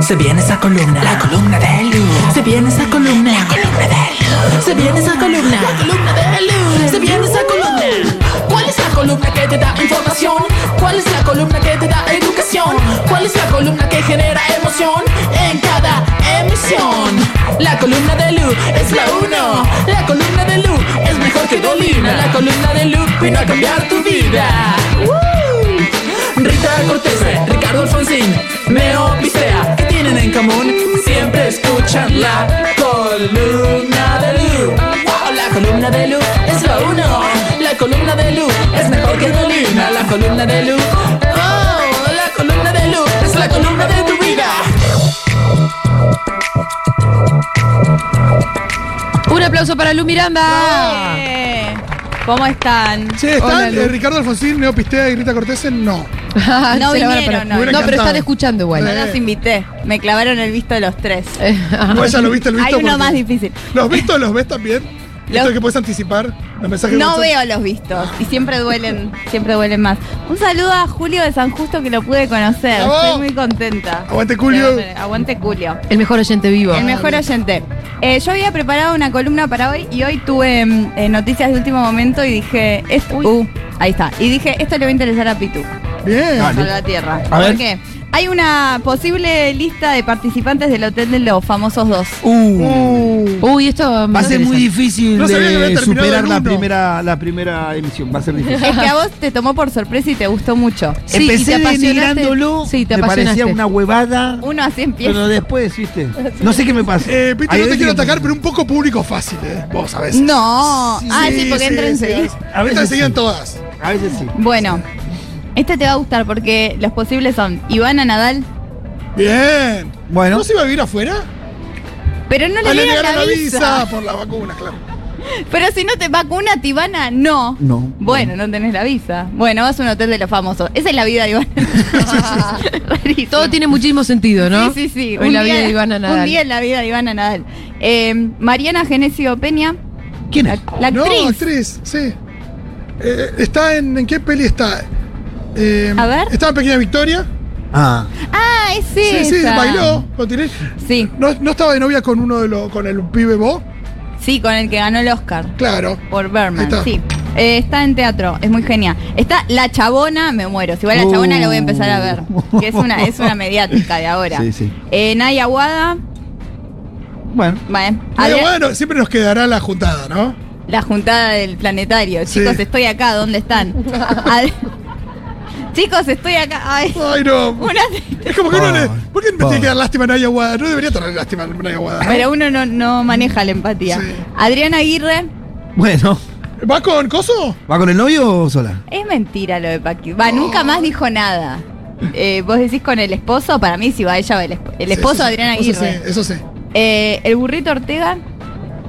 Se viene esa columna. La columna de Lu. Se viene esa columna. La columna de Lu. Se viene esa columna. La columna de Lu. Se viene esa columna. ¿Cuál es la columna que te da información? ¿Cuál es la columna que te da educación? ¿Cuál es la columna que genera emoción en cada emisión? La columna de Lu es la uno. La columna de Lu es mejor que Dolina. La columna de Lu vino a cambiar tu vida. Rita Cortese, Ricardo Alfonsín, Meo Pistea, ¿qué tienen en común? Siempre escuchan la columna de Lu. Wow, la columna de Lu es la uno. La columna de Lu es mejor que Dolina. La columna de Lu. Oh, la columna de Lu es la columna de tu vida. Un aplauso para Lu Miranda. ¿Cómo están? Sí, están Hola, Lu. eh, Ricardo Alfonsín, Neo Pistea y Rita Cortesen, no. no vinieron, No vinieron, no, No, no. Hubiera pero encantado. están escuchando igual. No los invité. Me clavaron el visto de los tres. Ah, No, Pues ya lo viste el visto. Hay uno porque- más difícil. ¿Los vistos los ves también? ¿Esto Los- que puedes anticipar? ¿Los mensajes de No WhatsApp? veo los vistos. Y siempre duelen, siempre duelen más. Un saludo a Julio de San Justo que lo pude conocer. ¡Bravo! Estoy muy contenta. Aguante, Julio. Aguante Julio. El mejor oyente vivo. El mejor oyente. Eh, yo había preparado una columna para hoy y hoy tuve mm, eh, noticias de último momento y dije, es- uh, ahí está. Y dije, esto le va a interesar a Pitu. Bien. Salvatierra. A ver. ¿Por qué? Hay una posible lista de participantes del Hotel de los Famosos dos. Uh. Uy, esto me Va a ser muy interesa. difícil No sabía que había de terminado superar en la uno. primera, la primera emisión. Va a ser difícil. Es que a vos te tomó por sorpresa y te gustó mucho. Sí, y te Empecé apasionaste. denigrándolo. Sí, te me apasionaste. parecía una huevada. Uno así Pero empieza. después, viste. No sé qué me pasa. Eh, Pito, Hay no te veces quiero que- atacar, pero un poco público fácil, ¿eh? Vos a veces. No. ah, sí, porque entra enseguida. A veces enseguida todas. A veces sí. Bueno, este te va a gustar porque los posibles son Ivana Nadal, Bien. Bueno. ¿No se iba a vivir afuera? pero no Ah, le dieron la visa. por la vacuna, claro. Pero si no te vacuna, Ivana, no. No. Bueno, no tenés la visa. Bueno, vas a un hotel de los famosos. Esa es la vida de Ivana. Rarísimo. Todo tiene muchísimo sentido, ¿no? Sí, sí, sí. En la vida de Ivana Un Nadal. día en la vida de Ivana Nadal. Eh, Mariana Genesio Peña, ¿Quién la, es? la actriz. No, actriz, sí. Eh, está en. ¿En qué peli está? Eh, A ver. Estaba en Pequeña Victoria. Ah. Ah, es Sí, sí, esa. bailó. Lo tiré. Sí, No, no estaba de novia con uno de los. con el pibe Bo. sí, con el que ganó el Oscar. Claro. Por Ahí Berman, está. sí. Eh, está en teatro, es muy genial. Está La Chabona, me muero. Si va La Chabona la voy a empezar a ver. Que es una, es una mediática de ahora. Sí, sí. Eh, Naya Wada, Bueno. bueno, Pero Adrián- bueno, siempre nos quedará la juntada, ¿no? la juntada del planetario. Sí. Chicos, estoy acá, ¿dónde están? Ad- Chicos, estoy acá. Ay, Ay, no. una- Es como que uno Ay, le. ¿Por qué me tiene pobre. que dar lástima a Naya Wada? No debería tener lástima a Naya Wada. ¿no? Pero uno no, no maneja la empatía. Sí. Adriana Aguirre, Bueno. ¿Va con Coso? ¿Va con el novio o sola? es mentira lo de Paqui. Va, nunca más dijo nada. Eh, Vos decís con el esposo, para mí si va ella va el, esp- el Sí, esposo eso de sí, Adriana eso Aguirre. sí, Eso sí. Eh, el burrito Ortega.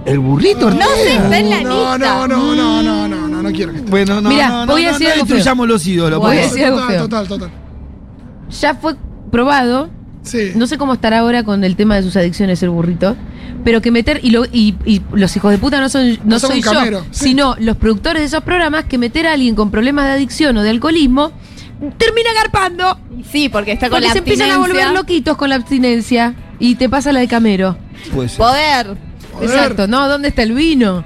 ¿El burrito? No sé, está en la No, lista. no, no, no, no, no, no, no quiero que esté. Bueno, no, Mirá, no, no, voy a no, decir no algo feo. destruyamos los ídolos. Voy a No, por favor. decir algo total, feo. total, total. Ya fue probado. Sí. No sé cómo estará ahora con el tema de sus adicciones el burrito. Pero que meter, y, lo- y- y los hijos de puta no son no, No son soy un yo, camero, sí. sino los productores de esos programas, que meter a alguien con problemas de adicción o de alcoholismo termina garpando. Sí, porque está con Porque la se empiezan a abstinencia. volver loquitos con la abstinencia y te pasa la de camero. Puede ser. Poder. Joder. Exacto, ¿no? ¿Dónde está el vino?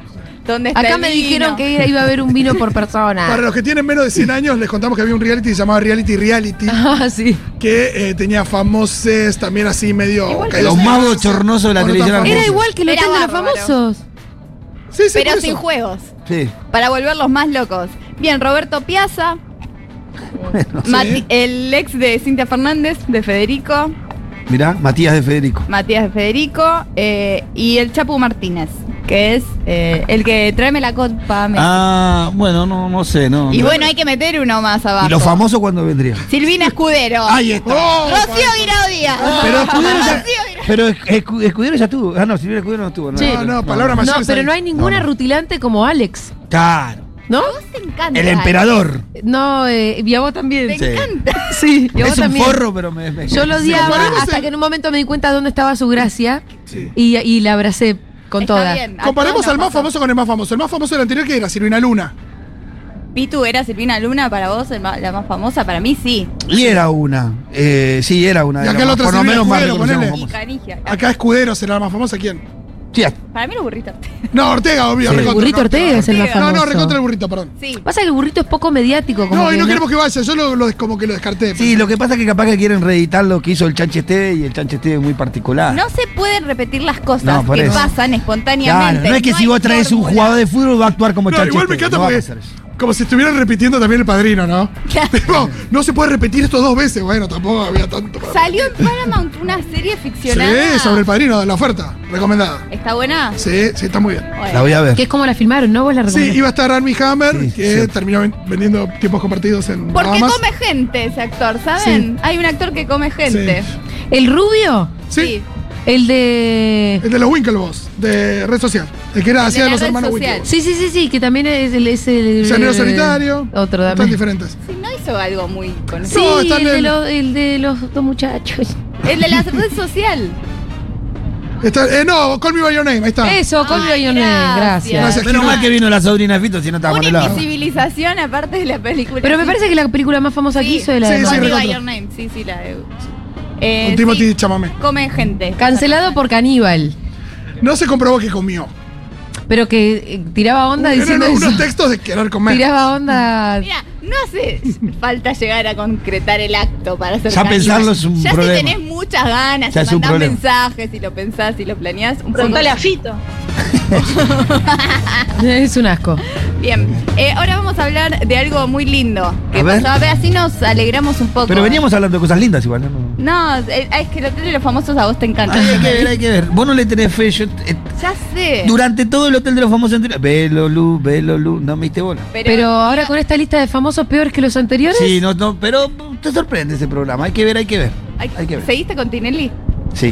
¿Dónde está Acá el me vino? dijeron que era- iba a haber un vino por persona. Para los que tienen menos de 100 años, les contamos que había un reality llamado Reality Reality, Ah, sí. que eh, tenía famosos también así medio... Igual que caídos. los más bochornosos de la Bueno, televisión tan famosos. Era igual que el Era hotel de los bárbaro. famosos. Sí, sí, Pero por sin eso. juegos. Sí. Para volverlos más locos. Bien, Roberto Piazza. Mati- Sí. El ex de Cintia Fernández, de Federico. Mirá, Matías de Federico. Matías de Federico. eh, y el Chapu Martínez, que es eh, el que tráeme la copa. me- Ah, bueno, no, no sé, no. y no. bueno, hay que meter uno más abajo. ¿Y los famosos cuándo vendrían? Silvina Escudero. Ahí está. Oh, Rocío Guirao Díaz. Pero Escudero ya, Rocío Guirao. pero Escu- Escudero ya estuvo. Ah, no, Silvina Escudero no estuvo. Sí. No, no, palabra No, mayor. pero no hay ninguna No, no. rutilante como Alex, Claro. ¿no? Te encanta. El emperador. No, eh, y a vos también. Te encanta. Sí, y a vos Es un también. forro, pero me. me- Yo lo odiaba ponemos hasta el- que en un momento me di cuenta dónde estaba su gracia Sí. y, y la abracé con Está toda. bien, Ah, a Comparemos todos al nos más pasó. famoso con el más famoso. El más famoso del anterior que era Silvina Luna. Pitu, ¿era Silvina Luna para vos el ma- la más famosa? Para mí sí. Y era una. eh, sí, era una. Y de acá las la más- otra por lo Silvina menos más Ah, Escudero, reconocemos ponele. Y como- Canigia. Acá Escudero será la más famosa, ¿quién? Sí, ah, hasta- Para mí los burritos. No, Ortega, obvio. Sí. recontra, Burrito no, Ortega es el más No, famoso. no, recontra el burrito, perdón. Sí. Pasa que el burrito es poco mediático. Como No, y que no queremos que vaya, yo lo, lo des- como que lo descarté. Sí, lo que pasa es que capaz que quieren reeditar lo que hizo el Chanche Esteve y el Chanche Esteve es muy particular. No se pueden repetir las Ah. No, cosas por que eso. pasan Claro, espontáneamente. no es que si hay vos traes un fórmula. jugador de fútbol va a actuar como No, Chanche igual me Esteve, encanta no va a porque pasar eso. como si estuvieran repitiendo también el padrino, ¿no? Claro. Tipo, no se puede repetir esto dos veces. Bueno, tampoco había tanto para. Salió en Paramount una serie ficcionada. Sí, sobre el padrino de la oferta, recomendada. ¿Está buena? Sí, sí, está muy bien. Bueno. La voy a ver. Que es como la filmaron, ¿no? Vos la Sí, recomendás. iba a estar Army Hammer, Sí, que sí. terminó ven- vendiendo tiempos compartidos en Porque Bahamas. come gente ese actor, ¿saben? Hay un actor que come gente. Sí. El rubio, Sí, el de... el de los Winklevoss, de red social. El que era hacía la los red hermanos social. Winklevoss. Sí, sí, sí, sí, que también es el... Es el Llanero solitario. Mm. Otro Están también. diferentes. Sí, no hizo algo muy Sí, conocido. No, están el, de en- los, el de los dos muchachos. El de la red social. Está- eh, no, Call Me By Your Name, ahí está. Eso, con Ay, Lionel, gracias. gracias. Menos mal que vino la sobrina de Fito, si no estaba Una con el lado. invisibilización aparte de la película. Pero me parece que la película más famosa que Sí. hizo es la Sí, de... sí, Call Me Batman. by recuerdo. Your Name. Sí, sí, la de... Eh, Con sí, Timothy Chamamé. come gente. Cancelado por Caníbal. No se comprobó que comió. Pero que eh, tiraba onda Eran diciendo unos eso. textos de querer comer. Tiraba onda... Mira, no hace falta llegar a concretar el acto para hacer Ya pensarlo es un ya problema. si tenés muchas ganas, ya Ya es un mandás problema. mensajes, si lo pensás, si lo planeás, un poco. Preguntale a Fito. Es un asco. Bien, eh, ahora vamos a hablar de algo muy lindo que A ver. pasó. A ver, así nos alegramos un poco. Pero veníamos hablando de cosas lindas igual, ¿no? no. No, eh, es que lo hotel de los famosos a vos te encanta. Hay que ver, hay que ver. Vos no le tenés fe. Yo, eh, Ya sé. durante todo el hotel de los famosos anteriores. Velo, Lu, velo, Lu. No me diste bola. Pero, Pero ahora con esta lista de famosos peores que los anteriores. Sí, no, no, pero te sorprende ese programa. Hay que ver, hay que ver. Ay, Hay que ver. ¿seguiste con Tinelli? Sí,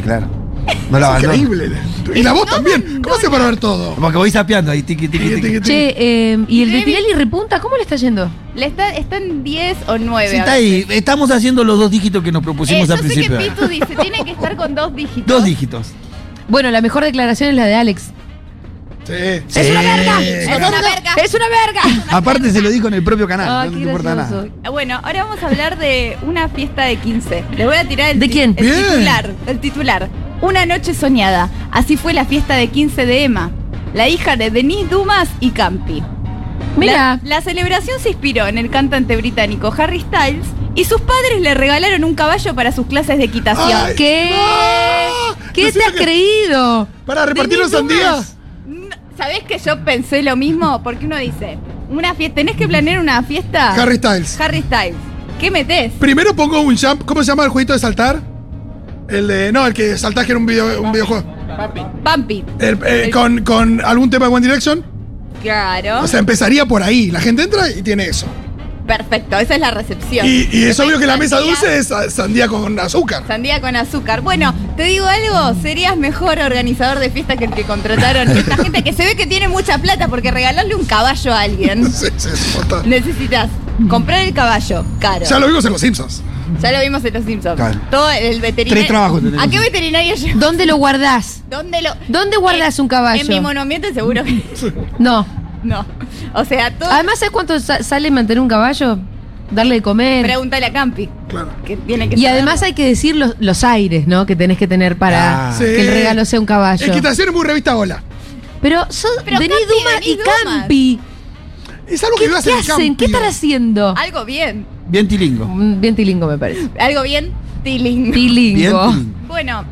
claro. Ah, No la Es abandono. Increíble. Y la voz también. ¿Cómo hace para ver todo? Porque voy sapeando ahí, tiqui, tiqui, tiqui. Che, eh, ¿y el de Sí. Pirelli repunta? ¿Cómo le está yendo? Le está, está en 10 o 9. Sí, está ahí. Estamos haciendo los dos dígitos que nos propusimos Eh, yo al sé que principio. Pitu dice, tiene que estar con dos dígitos. Dos dígitos. Bueno, la mejor declaración es la de Alex. Sí. Sí. Es una verga. Es una verga. eh, Aparte se lo dijo en el propio canal, Ah, no, qué te importa gracioso. nada. Ah, Bueno, ahora vamos a hablar de una fiesta de 15. Les voy a tirar el, ¿De ti- quién? el Bien. titular. El titular. Una noche soñada. Así fue la fiesta de 15 de Emma, la hija de Denise Dumas y Campi. Mira, La, la celebración se inspiró en el cantante británico Harry Styles y sus padres le regalaron un caballo para sus clases de equitación. Ay, ¿qué? no. ¿Qué te Decime has que- creído? ¿Para repartir los Denise sandías? Dumas. No, ¿Sabés que yo pensé lo mismo? Porque uno dice, una fiesta, tenés que planear una fiesta. Harry Styles. Harry Styles. ¿Qué metés? Primero pongo un jump. ¿Cómo se llama el jueguito de saltar? El de. No, el que saltás que era un, video, un videojuego. Bumpy. El- eh, con, con algún tema de One Direction. Claro. O sea, empezaría por ahí. La gente entra y tiene eso. Perfecto, esa es la recepción. Y, y es obvio que la mesa Sandía- dulce es ah, sandía con azúcar. Sandía con azúcar. Bueno, te digo algo, serías mejor organizador de fiestas que el que contrataron esta gente que se ve que tiene mucha plata porque regalarle un caballo a alguien Sí, sí, sí, total. necesitas comprar el caballo, caro. Ya lo vimos en los Simpsons. Ya lo vimos en los Simpsons. Claro. Todo el veterinario. Tres trabajos tenemos. ¿A qué veterinario llevas? ¿Dónde lo guardás? ¿Dónde lo Eh, ¿Dónde guardás un caballo? En mi monomiento seguro que No. no. O sea, todo Además, ¿sabes cuánto sa- sale mantener un caballo? Darle de comer. pregúntale a Campi Claro. que tiene que Y saber. además hay que decir los, los aires, ¿no? Que tenés que tener para Ah. Sí. que el regalo sea un caballo. Equitación Eh, es muy revista bola. Pero son Pero Denis Campi, Dumas Denis y Dumas. Campi. Es algo ¿Qué, que yo qué hacen? ¿Qué están haciendo? algo bien, Bien tilingo. Mm, Bien tilingo me parece. algo bien tiling. Bien Tilingo. tilingo. Bueno,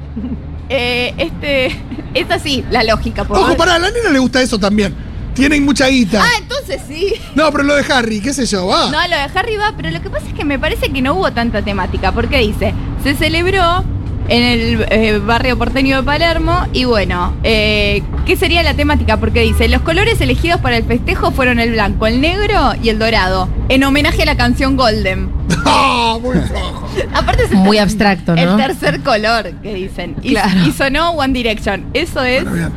eh, este es así la lógica. por Ojo, favor. pará, a la nena le gusta eso también. Tienen mucha guita. Ah, entonces sí. No, pero lo de Harry, qué sé yo, va. No, lo de Harry va, pero lo que pasa es que me parece que no hubo tanta temática, porque dice, se celebró en el eh, barrio porteño de Palermo y bueno, eh, ¿qué sería la temática? Porque dice, los colores elegidos para el festejo fueron el blanco, el negro y el dorado, en homenaje a la canción Golden. Ah, muy flojo. Aparte es el Muy ter- abstracto, ¿no? El tercer color que dicen. Y, Claro. y sonó One Direction. Eso es Bueno, bien.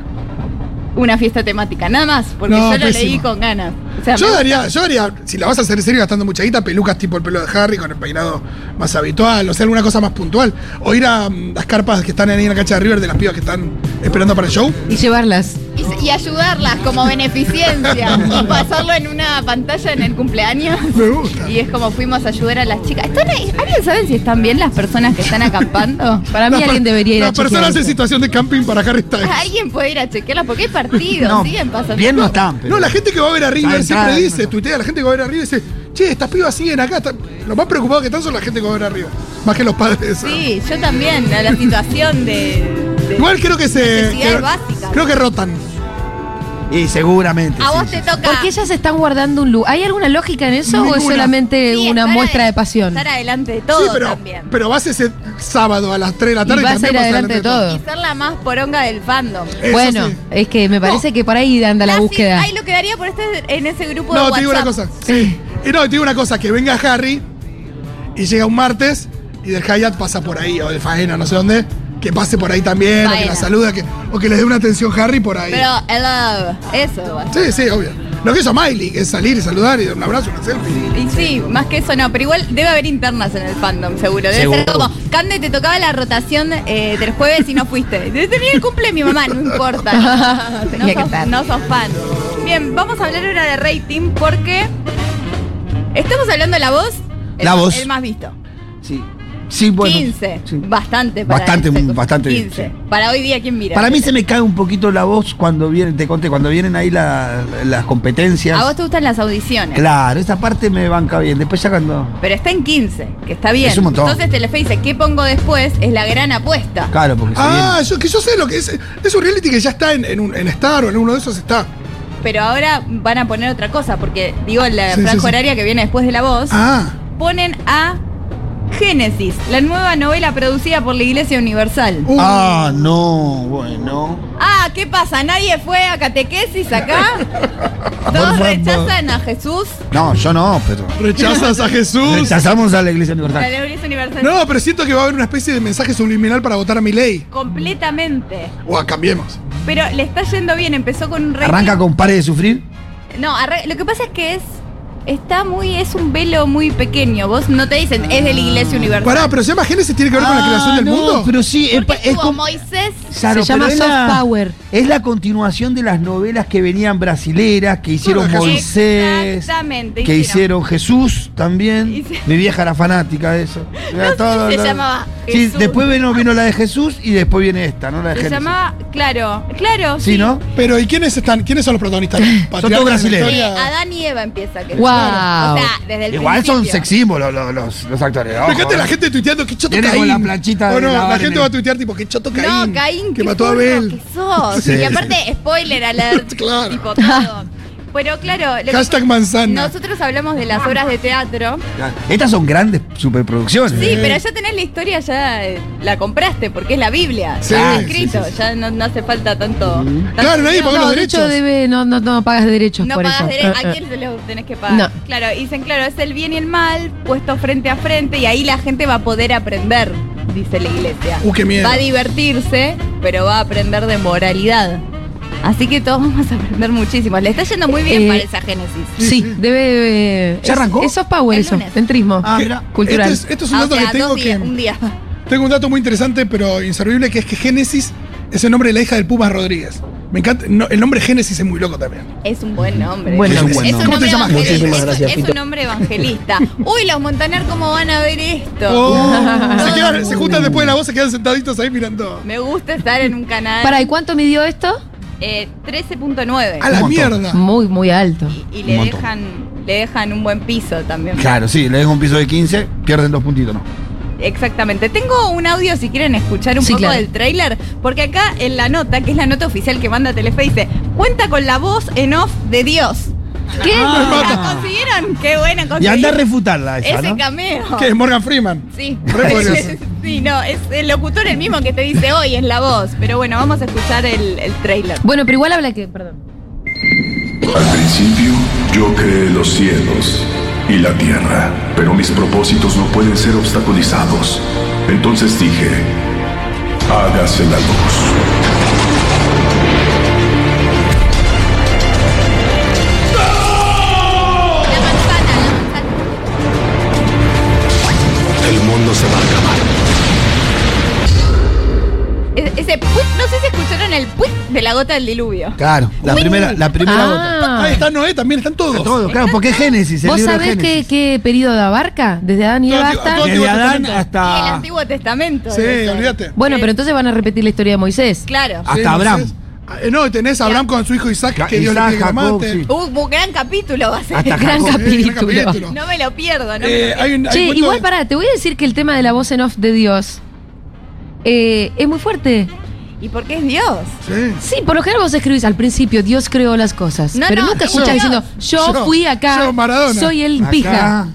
una fiesta temática, nada más, porque No, yo lo leí pésimo. con ganas. O sea, Yo me- daría, yo daría, si la vas a hacer serio gastando mucha guita, pelucas tipo el pelo de Harry con el peinado más habitual, o sea, alguna cosa más puntual. O ir a mm, las carpas que están ahí en la cancha de River de las pibas que están esperando para el show. Y llevarlas. y, y ayudarlas como beneficencia y pasarlo en una pantalla en el cumpleaños. Me gusta. Y es como fuimos a ayudar a las chicas. ¿Están ahí? ¿Alguien sabe si están bien las personas que están acampando? Oh, Para mí Las per- alguien debería ir a Las personas chequearse. en situación de camping para Harry Styles. ¿Alguien puede ir a chequearlas? Porque hay partidos, siguen pasando. bien no están. pero- No, la gente que va a ver a River Saben, siempre saben, dice, no. tuitea a la gente que va a ver a River dice, che, estas pibas siguen acá. están- Lo más preocupado que están son la gente que va a ver a River. Más que los padres. Sí, yo también, a la situación de. de- Igual creo que se. Necesidades que- básicas. creo que rotan. Y seguramente. a sí, vos sí. te toca. ¿Por qué ellas están guardando un lugar? ¿Hay alguna lógica en eso o es Ninguna. solamente Sí, eh, una estar muestra ade- de pasión? Estar adelante de todo sí, pero, también. pero vas ese sábado a las 3 de la tarde Y vas a también ir adelante de todo. Y ser la más poronga del fandom. Eso Bueno, sí. es que me parece que por ahí anda la Ah, sí, búsqueda. Ahí lo quedaría por este, en ese grupo de No, WhatsApp. te digo una cosa. Sí. Y no, te digo una cosa, que venga Harry y llega un martes y del Hayat pasa por ahí, o del Faena, no sé dónde, que pase por ahí también, o que Faena. la saluda, que, o que le dé una atención Harry por ahí. Pero, hello, eso. Sí, sí, obvio. Lo que hizo Miley, que es salir y saludar y dar un abrazo, una selfie. Y sí, más que eso no, pero igual debe haber internas en el fandom, seguro. Debe ser como, Cande, te tocaba la rotación eh, del jueves y no fuiste. Debe tener el cumple de mi mamá, no importa. No Tenía que sos, estar. no sos fan. Bien, vamos a hablar ahora de rating porque estamos hablando de la voz. el La más- Voz. El más visto. Sí. Sí, bueno. 15. sí. Bastante para Bastante, este- bastante bien, 15. sí. Para hoy día, ¿quién mira? Para mí se me cae un poquito la voz cuando vienen, te conté, cuando vienen ahí la- las competencias. A vos te gustan las audiciones. Claro, esa parte me banca bien. Después ya cuando. Pero está en 15, que está bien. Es un montón. Entonces Telefe dice, ¿qué pongo después? Es la gran apuesta. Claro, porque se Ah, yo, que yo sé lo que es. Es un reality que ya está en, en un, en Star o en uno de esos está. Pero ahora van a poner otra cosa, porque digo, la Sí, sí, franja sí. horaria que viene después de la voz, Ah, ponen a Génesis, la nueva novela producida por la Iglesia Universal. uh, Ah, no, bueno. Ah, ¿qué pasa? ¿Nadie fue a catequesis acá? ¿Todos Por favor. rechazan a Jesús? No, yo no, pero. rechazas a Jesús. Rechazamos a la Iglesia La Universal. Iglesia Universal. No, pero siento que va a haber una especie de mensaje subliminal para votar a mi ley. Completamente. O a cambiemos. Pero le está yendo bien, empezó con un rating- Arranca con Pare de Sufrir. No, arre- lo que pasa es que es. Está muy. Es un velo muy pequeño. Vos no te dicen, es de la Iglesia Universal. Pará, pero se llama Génesis, tiene que ver con la Ah, creación del no, mundo. Pero sí, es, Porque pa- es estuvo como. Moisés. Claro, Se llama pero es la- Soft Power. Es la continuación de las novelas que venían brasileras, que hicieron Bueno, Moisés, Exactamente, que hicieron. hicieron Jesús también. Hice- Mi vieja era fanática de eso. Era todo se lo- llamaba Sí, Jesús. después vino, vino la de Jesús y después viene esta, ¿no? La de Se Génesis. llamaba. Claro, claro. Sí, ¿no? Pero ¿y quiénes están? ¿Quiénes son los protagonistas? Patriarcas de la brasileños. Eh, historia. Adán y Eva empieza. Que Wow. O sea, desde el Igual son principio. sexímbolos los, los, los actores. ojo, Fíjate la eh. gente tuiteando que choto Viene Caín. con la planchita O de no, la la, Barbie. gente va a tuitear tipo que choto Caín. No, Caín. Que qué mató a forro Abel. que sos. Sí. Y aparte, spoiler alert. Claro. Tipo todo. Pero claro. lo que- Hashtag manzana. Nosotros hablamos de las obras de teatro. Estas son grandes superproducciones. Sí, pero ya tenés la historia, ya eh, la compraste, porque es la Biblia. Sí. Ya Ah, está escrito, sí, sí, sí. ya no, no hace falta tanto. tanto Claro, nadie guión. pagó No, los de hecho derechos. debe, no, no, no pagas derechos No por pagas eso. Ah, derecho. Eh, ¿A eh. quién se lo tenés que pagar? No. Claro, dicen, claro, es el bien y el mal puesto frente a frente y ahí la gente va a poder aprender, dice la iglesia. Uh, qué miedo. Va a divertirse, pero va a aprender de moralidad. Así que todos vamos a aprender muchísimo. Le está yendo muy bien Eh, para esa génesis. Sí, debe. debe- eh, ¿Ya es- arrancó? Es soft power, El eso. lunes. Centrismo. Ah, mira. cultural. Esto este es, esto es un Ah, o dato sea, que tengo dos días, que. un día. Tengo un dato muy interesante, pero inservible, que es que Génesis es el nombre de la hija del Pumas Rodríguez. Me encanta. no, el nombre Génesis es muy loco también. Es un buen nombre. Bueno, es un bueno. buen nombre. ¿Cómo te llamas? evangelista. Muchísimas Es- gracias, Es, un Fito. nombre evangelista. Uy, los Montaner, ¿cómo van a ver esto? Oh, se, Todo quedan- el se mundo. juntan Uh. después de la voz, se quedan sentaditos ahí mirando. Me gusta estar en un canal Para, ¿y cuánto midió esto? eh, 13.9. A la Un montón. mierda. Muy, muy alto. Y, y Un le montón. dejan, le dejan un buen piso también. Claro, sí, le dejo un piso de 15, pierden dos puntitos, ¿no? Exactamente. Tengo un audio si quieren escuchar un Sí, poco claro. del tráiler, porque acá en la nota, que es la nota oficial que manda Telefe, dice, cuenta con la voz en off de Dios. ¿Qué? Ah. ¿La consiguieron? Qué bueno, Y conseguí anda a refutarla esa, ese ¿no? cameo. ¿Qué es Morgan Freeman? Sí. Re poderoso. sí, no, es el locutor el mismo que te dice hoy, es la voz. Pero bueno, vamos a escuchar el, el tráiler. Bueno, pero igual habla que. Perdón. Al principio, yo creé los cielos y la tierra, pero mis propósitos no pueden ser obstaculizados. Entonces dije, hágase la luz. mundo se va a acabar. E- Ese puit, no sé si escucharon el puit de la gota del diluvio. Claro, la primera, la primera gota. Ahí Ah, está Noé, también están todos. Todo, claro, porque es Génesis, el ¿Vos libro de sabés qué, Génesis. qué periodo abarca? Desde Adán y Todo Eva el- hasta... todo el- Desde Adán Y el hasta, Antiguo Testamento. Sí, debe ser. olvídate. Ah. Bueno, Eh. pero entonces van a repetir la historia de Moisés. Claro. hasta Abraham. Eh, no, tenés a Abraham con su hijo Isaac, que Dios le Isaac, pide que lo Jacob, mate. sí. Un, un gran capítulo va a ser. Hasta Gran Jacob. Sí, gran capítulo. capítulo. No me lo pierdo, ¿no? Eh, hay un- hay Che, un cuento igual de- pará, te voy a decir que el tema de la voz en off de Dios eh, es muy fuerte. ¿Y por qué es Dios? Sí. Sí, por lo general vos escribís al principio, Dios creó las cosas. No, pero no, nunca yo- escuchás diciendo, yo, yo, fui acá, yo, Maradona. soy el Acá. Ah. pija, Ah,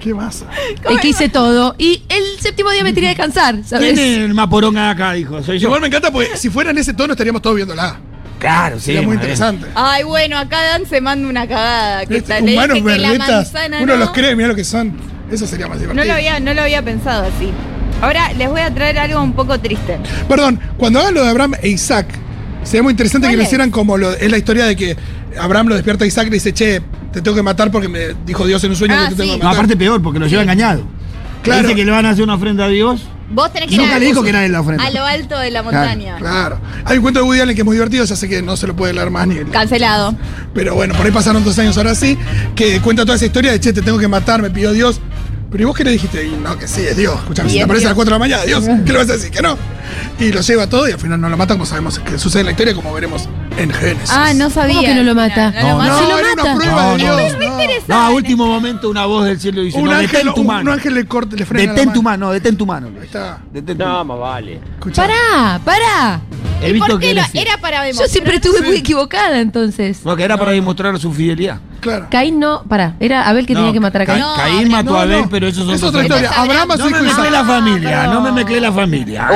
¿Qué pasa? el que hice todo, y el séptimo día me tiré a descansar, ¿Quién ¿sabes? es el más poronga de acá, dijo? Soy yo. Igual me encanta porque si fuera en ese tono estaríamos todos viéndola. Claro, sí. Sería muy madre. interesante. Ay, bueno, acá Dan se manda una cagada. ¿Qué Estos tal? Le Este, Humanos dije que la berretas. manzana Uno no. los cree, mira lo que son. Eso sería más divertido. No lo, había, no lo había pensado así. Ahora les voy a traer algo un poco triste. Perdón, cuando hagan lo de Abraham e Isaac, sería muy interesante ¿Cuál que lo es? hicieran como lo, es la historia de que Abraham lo despierta a Isaac y le dice, che, te tengo que matar porque me dijo Dios en un sueño Ah, que te tengo sí. que No, matar. aparte peor, porque lo lleva engañado. Claro. Dice que le van a hacer una ofrenda a Dios. Vos tenés que Nunca ir a- le dijo que era de la ofrenda. a lo alto de la montaña. Claro. Hay un cuento de Woody Allen que es muy divertido, ya sé que no se lo puede leer más ni. Cancelado. Pero bueno, por ahí pasaron dos años ahora sí, que cuenta toda esa historia de che, te tengo que matar, me pidió Dios. Pero ¿y vos qué le dijiste? Y no, que sí, es Dios. Escuchame, si Y te es aparece a las Dios. 4 de la mañana, Dios, ¿qué le vas a decir? Que no. Y lo lleva todo y al final no lo mata, como sabemos que sucede en la historia, como veremos en Génesis. Ah, no sabía. que no lo mata? No, no lo No, mata. lo era mata. una prueba de No, no, Dios. Me no. interesa. No, a último momento una voz del cielo dice, Un, no, ángel, detén tu un- mano. un ángel le, corta, le frena Detén la tu mano. mano, detén tu mano. Ahí está. Detén tu No, mano. más vale. Escuchá. Pará, pará. He visto ¿Por que qué lo- era así. era para Yo demostrar? siempre estuve muy equivocada entonces. No, que era para demostrar su fidelidad. Claro. Caín no, pará, era Abel que No, tenía que matar a Caín. Ca- No, Caín Abraham- mató a Abel, pero eso es otra historia. Abraham a su No me hijo mezclé Isaac. la familia, no me mezclé la familia.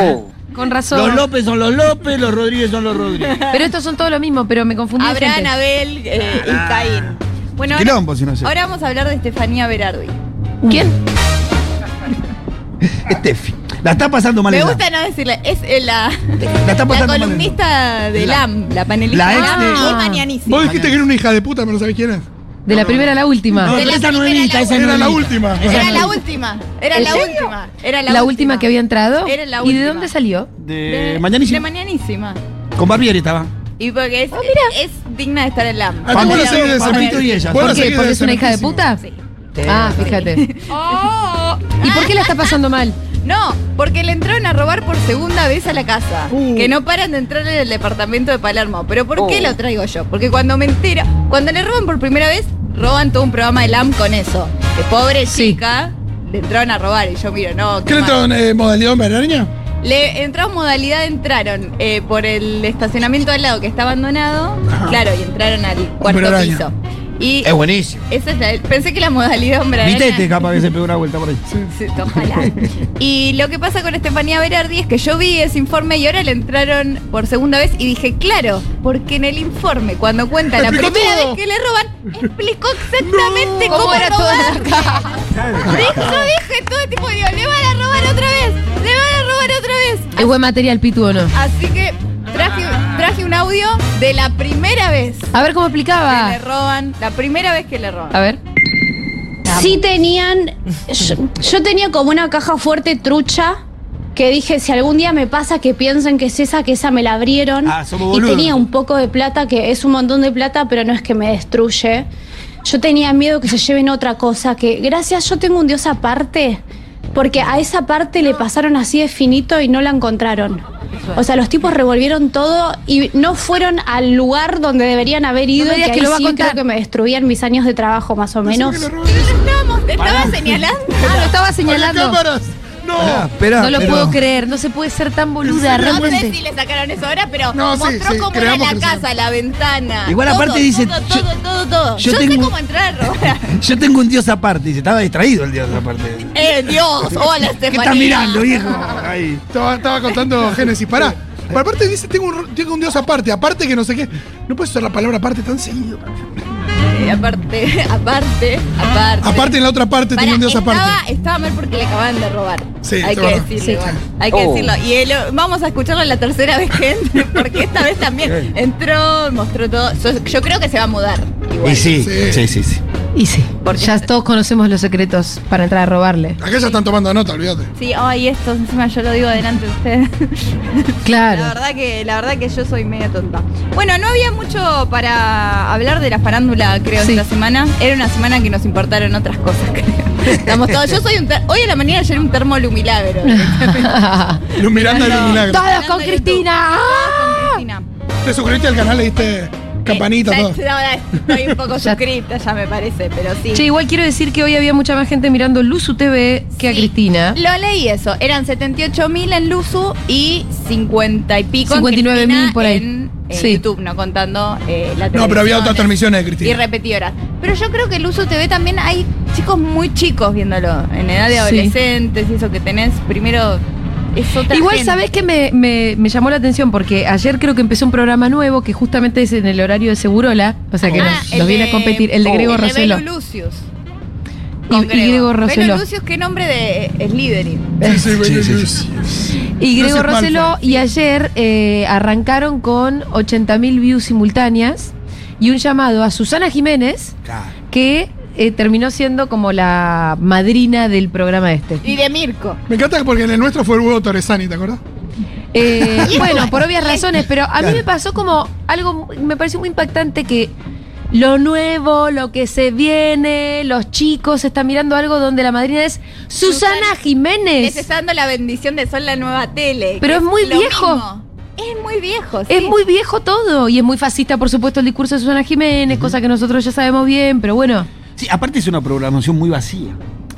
Con razón. Los López son los López, los Rodríguez son los Rodríguez. Pero estos son todos lo mismo, pero me confundí. de Abraham, gente. Abel eh, y Caín. Bueno, ahora, Quilombo, si no sé. ahora vamos a hablar de Estefanía Berardi. ¿Quién? Estefi. Este La está pasando mal. Me ella. gusta no decirle, es eh, la, La está la pasando mal. columnista de LAM, la panelista La de ex LAM de- y Ah. Vos Mañanísima. dijiste que era una hija de puta, pero no sabés quién es. Ah, De la primera a la última. No, De pero la esa no es primera Lita, a la esa no Era es la Lita. última. Era la última, era la última, era la, la, última que había entrado. Era la ¿Y de última. dónde salió? Eh, De Mañanísima. De Mañanísima. Con Barbieri estaba. Y porque Oh, es, es digna de estar en LAM. Ah, ¿cómo Porque- la seguís de Papito Cemento? y ella. Vos la ¿Por qué? seguís ¿Porque de es una hija de Cementísimo. puta? Ah, fíjate. Oh. ¿Y por qué la está pasando mal? No, porque le entraron a robar por segunda vez a la casa. Uh. Oh. Que no paran de entrar en el departamento de Palermo. ¿Pero por qué lo traigo yo? Porque cuando me entero, cuando le roban por primera vez, roban todo un programa de LAM con eso. Que pobre Sí. chica, le entraron a robar. Y yo miro, no. ¿Qué le mal. entraron eh, modalidad hombre araña? Le entraron modalidad, entraron eh, por el estacionamiento al lado que está abandonado. Ajá. Claro, y entraron al Hombre cuarto araña. piso. Y Es buenísimo. esa es la- pensé que la modalidad hombre araña- Vitete capaz que se pegó una vuelta por ahí. Sí, Ojalá. Y lo que pasa con Estefanía Berardi es que yo vi ese informe y ahora le entraron por segunda vez y dije, claro, porque en el informe, cuando cuenta la Explicó primera todo. vez que le roban, explicó exactamente No. cómo, ¿Cómo era todo robar. la caja? Dijo, yo dije todo este tipo, digo, le van a robar otra vez, le van a robar otra vez. ¿Es buen material, Pitu o no? Así que traje, traje un audio de la primera vez que A ver cómo explicaba. le roban, la primera vez que le A roban. ver. Sí tenían, yo, yo tenía como una caja fuerte trucha que dije, si algún día me pasa que piensen que es esa, que esa me la abrieron. Ah, somos y boludos. tenía un poco de plata, que es un montón de plata, pero no es que me destruye. Yo tenía miedo que se lleven otra cosa, que gracias, yo tengo un dios aparte, porque a esa parte le pasaron así de finito y no la encontraron. O sea, los tipos revolvieron todo y no fueron al lugar donde deberían haber ido. me y digas que, que ahí lo va a sí contar. creo que me destruían mis años de trabajo, más o menos. Estábamos, te estaba señalando. Ah, lo estaba señalando. cámaras! ¡No! Espera, No lo puedo creer, no se puede ser tan boluda, No sé realmente. si le sacaron eso ahora, pero No, sí, mostró sí, cómo era creamos la que lo casa, sacaron. la ventana. Igual todo, aparte dice, Todo, yo- todo, todo, todo. Yo, yo sé tengo- cómo entrar a robar. Yo tengo un dios aparte, dice, estaba distraído el dios aparte. ¡Eh, Dios! ¡Hola, ¿Qué Estefanía! estás mirando, hijo? Ahí. Estaba, estaba contando Génesis. Pará. Pero aparte dice, tengo un, tengo un dios aparte, aparte que no sé qué. No puedes usar la palabra aparte tan seguido. Eh, aparte, aparte, aparte. Aparte en la otra parte Pará, tenía un dios estaba, aparte. estaba mal porque le acaban de robar. Sí, hay es que verdad. decirlo. Sí. igual. Hay que Oh. decirlo. Y el- vamos a escucharlo la tercera vez que entre, porque esta vez también entró, mostró todo. Yo, yo creo que se va a mudar. Y sí, Sí. sí, sí, sí. Y sí. Porque- ya todos conocemos los secretos para entrar a robarle. Acá ya están tomando nota, olvídate. Sí, ay, esto encima yo lo digo delante de ustedes. La Claro. verdad que la verdad que yo soy media tonta. Bueno, no había mucho para hablar de la farándula, creo, Sí. esta semana. Era una semana que nos importaron otras cosas, creo. Estamos todos. Yo soy un ter- hoy a la mañana ayer un termo lumilagro. Lu Miranda Lu Milagro. Todos con Cristina. Ah. Cristina. Te suscribiste al canal, le diste campanita, Eh, todo. ya- ahora Estoy un poco Ya- suscrita, ya me parece, pero sí. Che, igual quiero decir que hoy había mucha más gente mirando Luzu TV que a Sí. Cristina. Lo leí eso. Eran 78 mil en Luzu y 50 y pico en 59.000 Cristina por ahí. en, en Sí. YouTube, no contando eh, la No, pero había otras televisión, transmisiones de y Cristina. repetidoras. Pero yo creo que el uso TV también hay chicos muy chicos viéndolo, en edad de Sí. adolescentes y eso que tenés. Primero es otra Igual, gente. ¿sabés que me, me- me llamó la atención? Porque ayer creo que empezó un programa nuevo que justamente es en el horario de Segurola, o sea que Ah, nos, el nos viene de- a competir, el de oh, Grego el de Roselo. Belu Lucius. Y- Con y Grego Belu Rosselló. Lucius, qué nombre de es líderin. Sí, sí, Sí, bueno, sí, Lu- sí. Y Grego Lucius Roselo, Malfoy. y ayer eh, arrancaron con 80.000 views simultáneas y un llamado a Susana Jiménez, Claro. que eh, terminó siendo como la madrina del programa este. Y de Mirko. Me encanta porque en el nuestro fue el huevo Torresani, ¿te acordás? Eh, bueno, por obvias razones, pero a mí Claro. me pasó como algo, me pareció muy impactante que lo nuevo, lo que se viene, los chicos están mirando algo donde la madrina es Susana, Susana Les Jiménez. está dando la bendición de son la nueva tele. Pero que es muy lo viejo. mismo. Es muy viejo, sí. Es muy viejo todo y es muy fascista, por supuesto, el discurso de Susana Jiménez, cosa que nosotros ya sabemos bien, pero bueno, Sí, aparte es una programación muy vacía.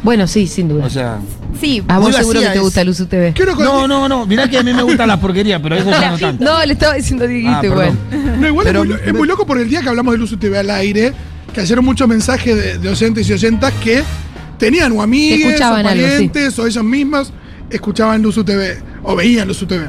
bueno, sí, sin duda. O sea. Sí, a muy vos seguro que vacía te es. gusta Luz TV. ¿Qué hora con- No, no, no. Mirá que a mí me gustan las porquerías, pero eso ya no tanto. No, le estaba diciendo a Dieguito Ah, igual. perdón. No, igual Pero- es, muy, lo- es muy loco por el día que hablamos de Luz TV al aire, que ayer muchos mensajes de, de oyentes y oyentas que tenían o amigues, Que escuchaban o algo, sí. parientes, o ellas mismas escuchaban Luz TV, o veían Luz TV.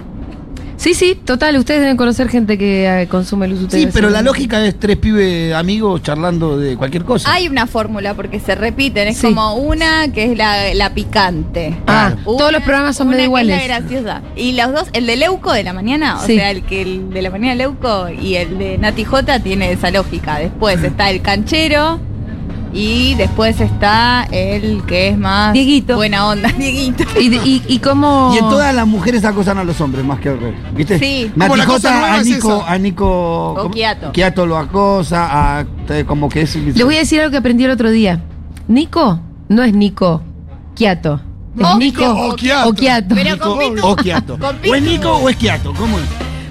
Sí, sí, total, ustedes deben conocer gente que eh, consume Luz TV. Sí, pero la seguro. lógica es tres pibes amigos charlando de cualquier cosa. Hay una fórmula porque se repiten, es Sí. como una que es la, la picante. Ah, Una- todos los programas son una medio que es iguales. la graciosa. Y los dos, el de Leuco de la mañana, o Sí. sea, el que el de la mañana Leuco y el de Nati J tiene esa lógica. Después está el canchero y después está el que es más Dieguito. buena onda, Dieguito. Y, y, y cómo... Y en todas las mujeres acosan a los hombres más que al revés. ¿Viste? Sí. Nati Como la Jota cosa nueva a es Nico, esa. a Nico. O ¿cómo? Quiato. Quiato lo acosa, a, eh, como que es. Les voy a decir algo que aprendí el otro día. Nico no es Nico Quiato. Es No, Nico Nico Occhiato. Occhiato. Pero Nico con Pitu, o Quiato. Con ¿O Pitu. es Nico o es Quiato? ¿Cómo es?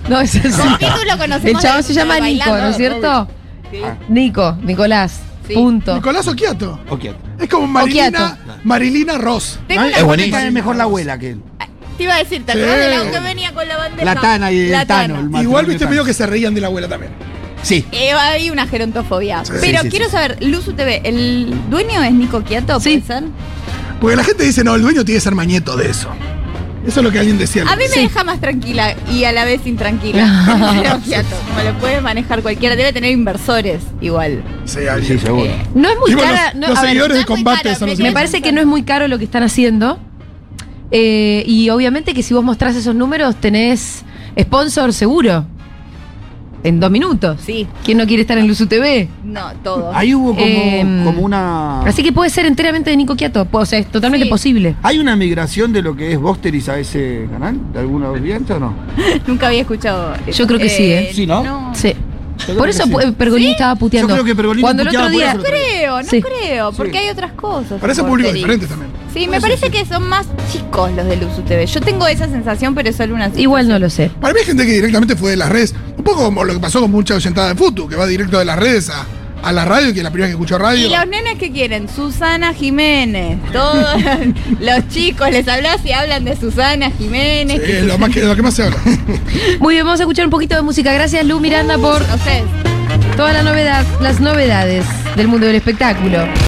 No, es así. con Pitu lo conocemos. El chabón de- se llama de Nico, bailando. ¿no es cierto? Ah. Sí. Nico, Nicolás. Sí. Punto. Nicolás Oquiato. O Quiato. Es como Marilina, Marilina Ross. Tengo una es buenísimo. bonita, es mejor la abuela que él. Te iba a decir, ¿te acordás Sí. de la que venía con la bandera? La Tana y el Tano, el Mato, Igual no viste tanto. medio que se reían de la abuela también. Sí. Eh, hay una gerontofobia. Pero sí, sí, quiero sí. saber, Luzu TV, ¿el dueño es Nico Quiato? Sí. puede ser? Porque la gente dice, no, el dueño tiene que ser mañeto de eso. Eso es lo que alguien decía. A mí me deja más tranquila y a la vez intranquila. Nico Quiato, como lo puede manejar cualquiera, debe tener inversores igual. Sí, alguien. Sí, seguro. Eh, No es muy Y bueno, cara. no, los a ver, seguidores de está muy combate caro, son los pero- me parece que no es muy caro lo que están haciendo. Eh, y obviamente que si vos mostrás esos números tenés sponsor seguro. En dos minutos. Sí, ¿Quién no quiere estar en Luzu TV? no, todo. Ahí hubo como, Em, como una. Así que puede ser enteramente de Nico Quiato. O sea, es totalmente Ah. Sí. posible. ¿Hay una migración de lo que es Bosteris a ese canal? ¿De alguna audiencia o no? Nunca había escuchado. eso. Yo creo que sí, ¿eh? Sí, ¿no? Sí. creo Por que eso sí. eh, Pergolini estaba puteando. Yo creo que Pergolini Cuando el otro puteaba por día. eso. No creo, no Sí. creo, porque Sí. hay otras cosas. Parece en público Vorterix. diferente también. Sí, me parece que son más chicos los de Luzu TV. Yo tengo esa sensación, pero es solo una Igual no lo sé. Para mí hay gente que directamente fue de las redes. Un poco como lo que pasó con mucha oyentada de Futu, que va directo de las redes a, a la radio, que es la primera que escuchó radio. Y los nenes que quieren, Susana Jiménez, todos los chicos, les hablas y hablan de Susana Jiménez. Sí, es lo, más que, lo que más se habla. Muy bien, vamos a escuchar un poquito de música. Gracias, Lu Miranda, por No sé, toda la novedad, las novedades del mundo del espectáculo.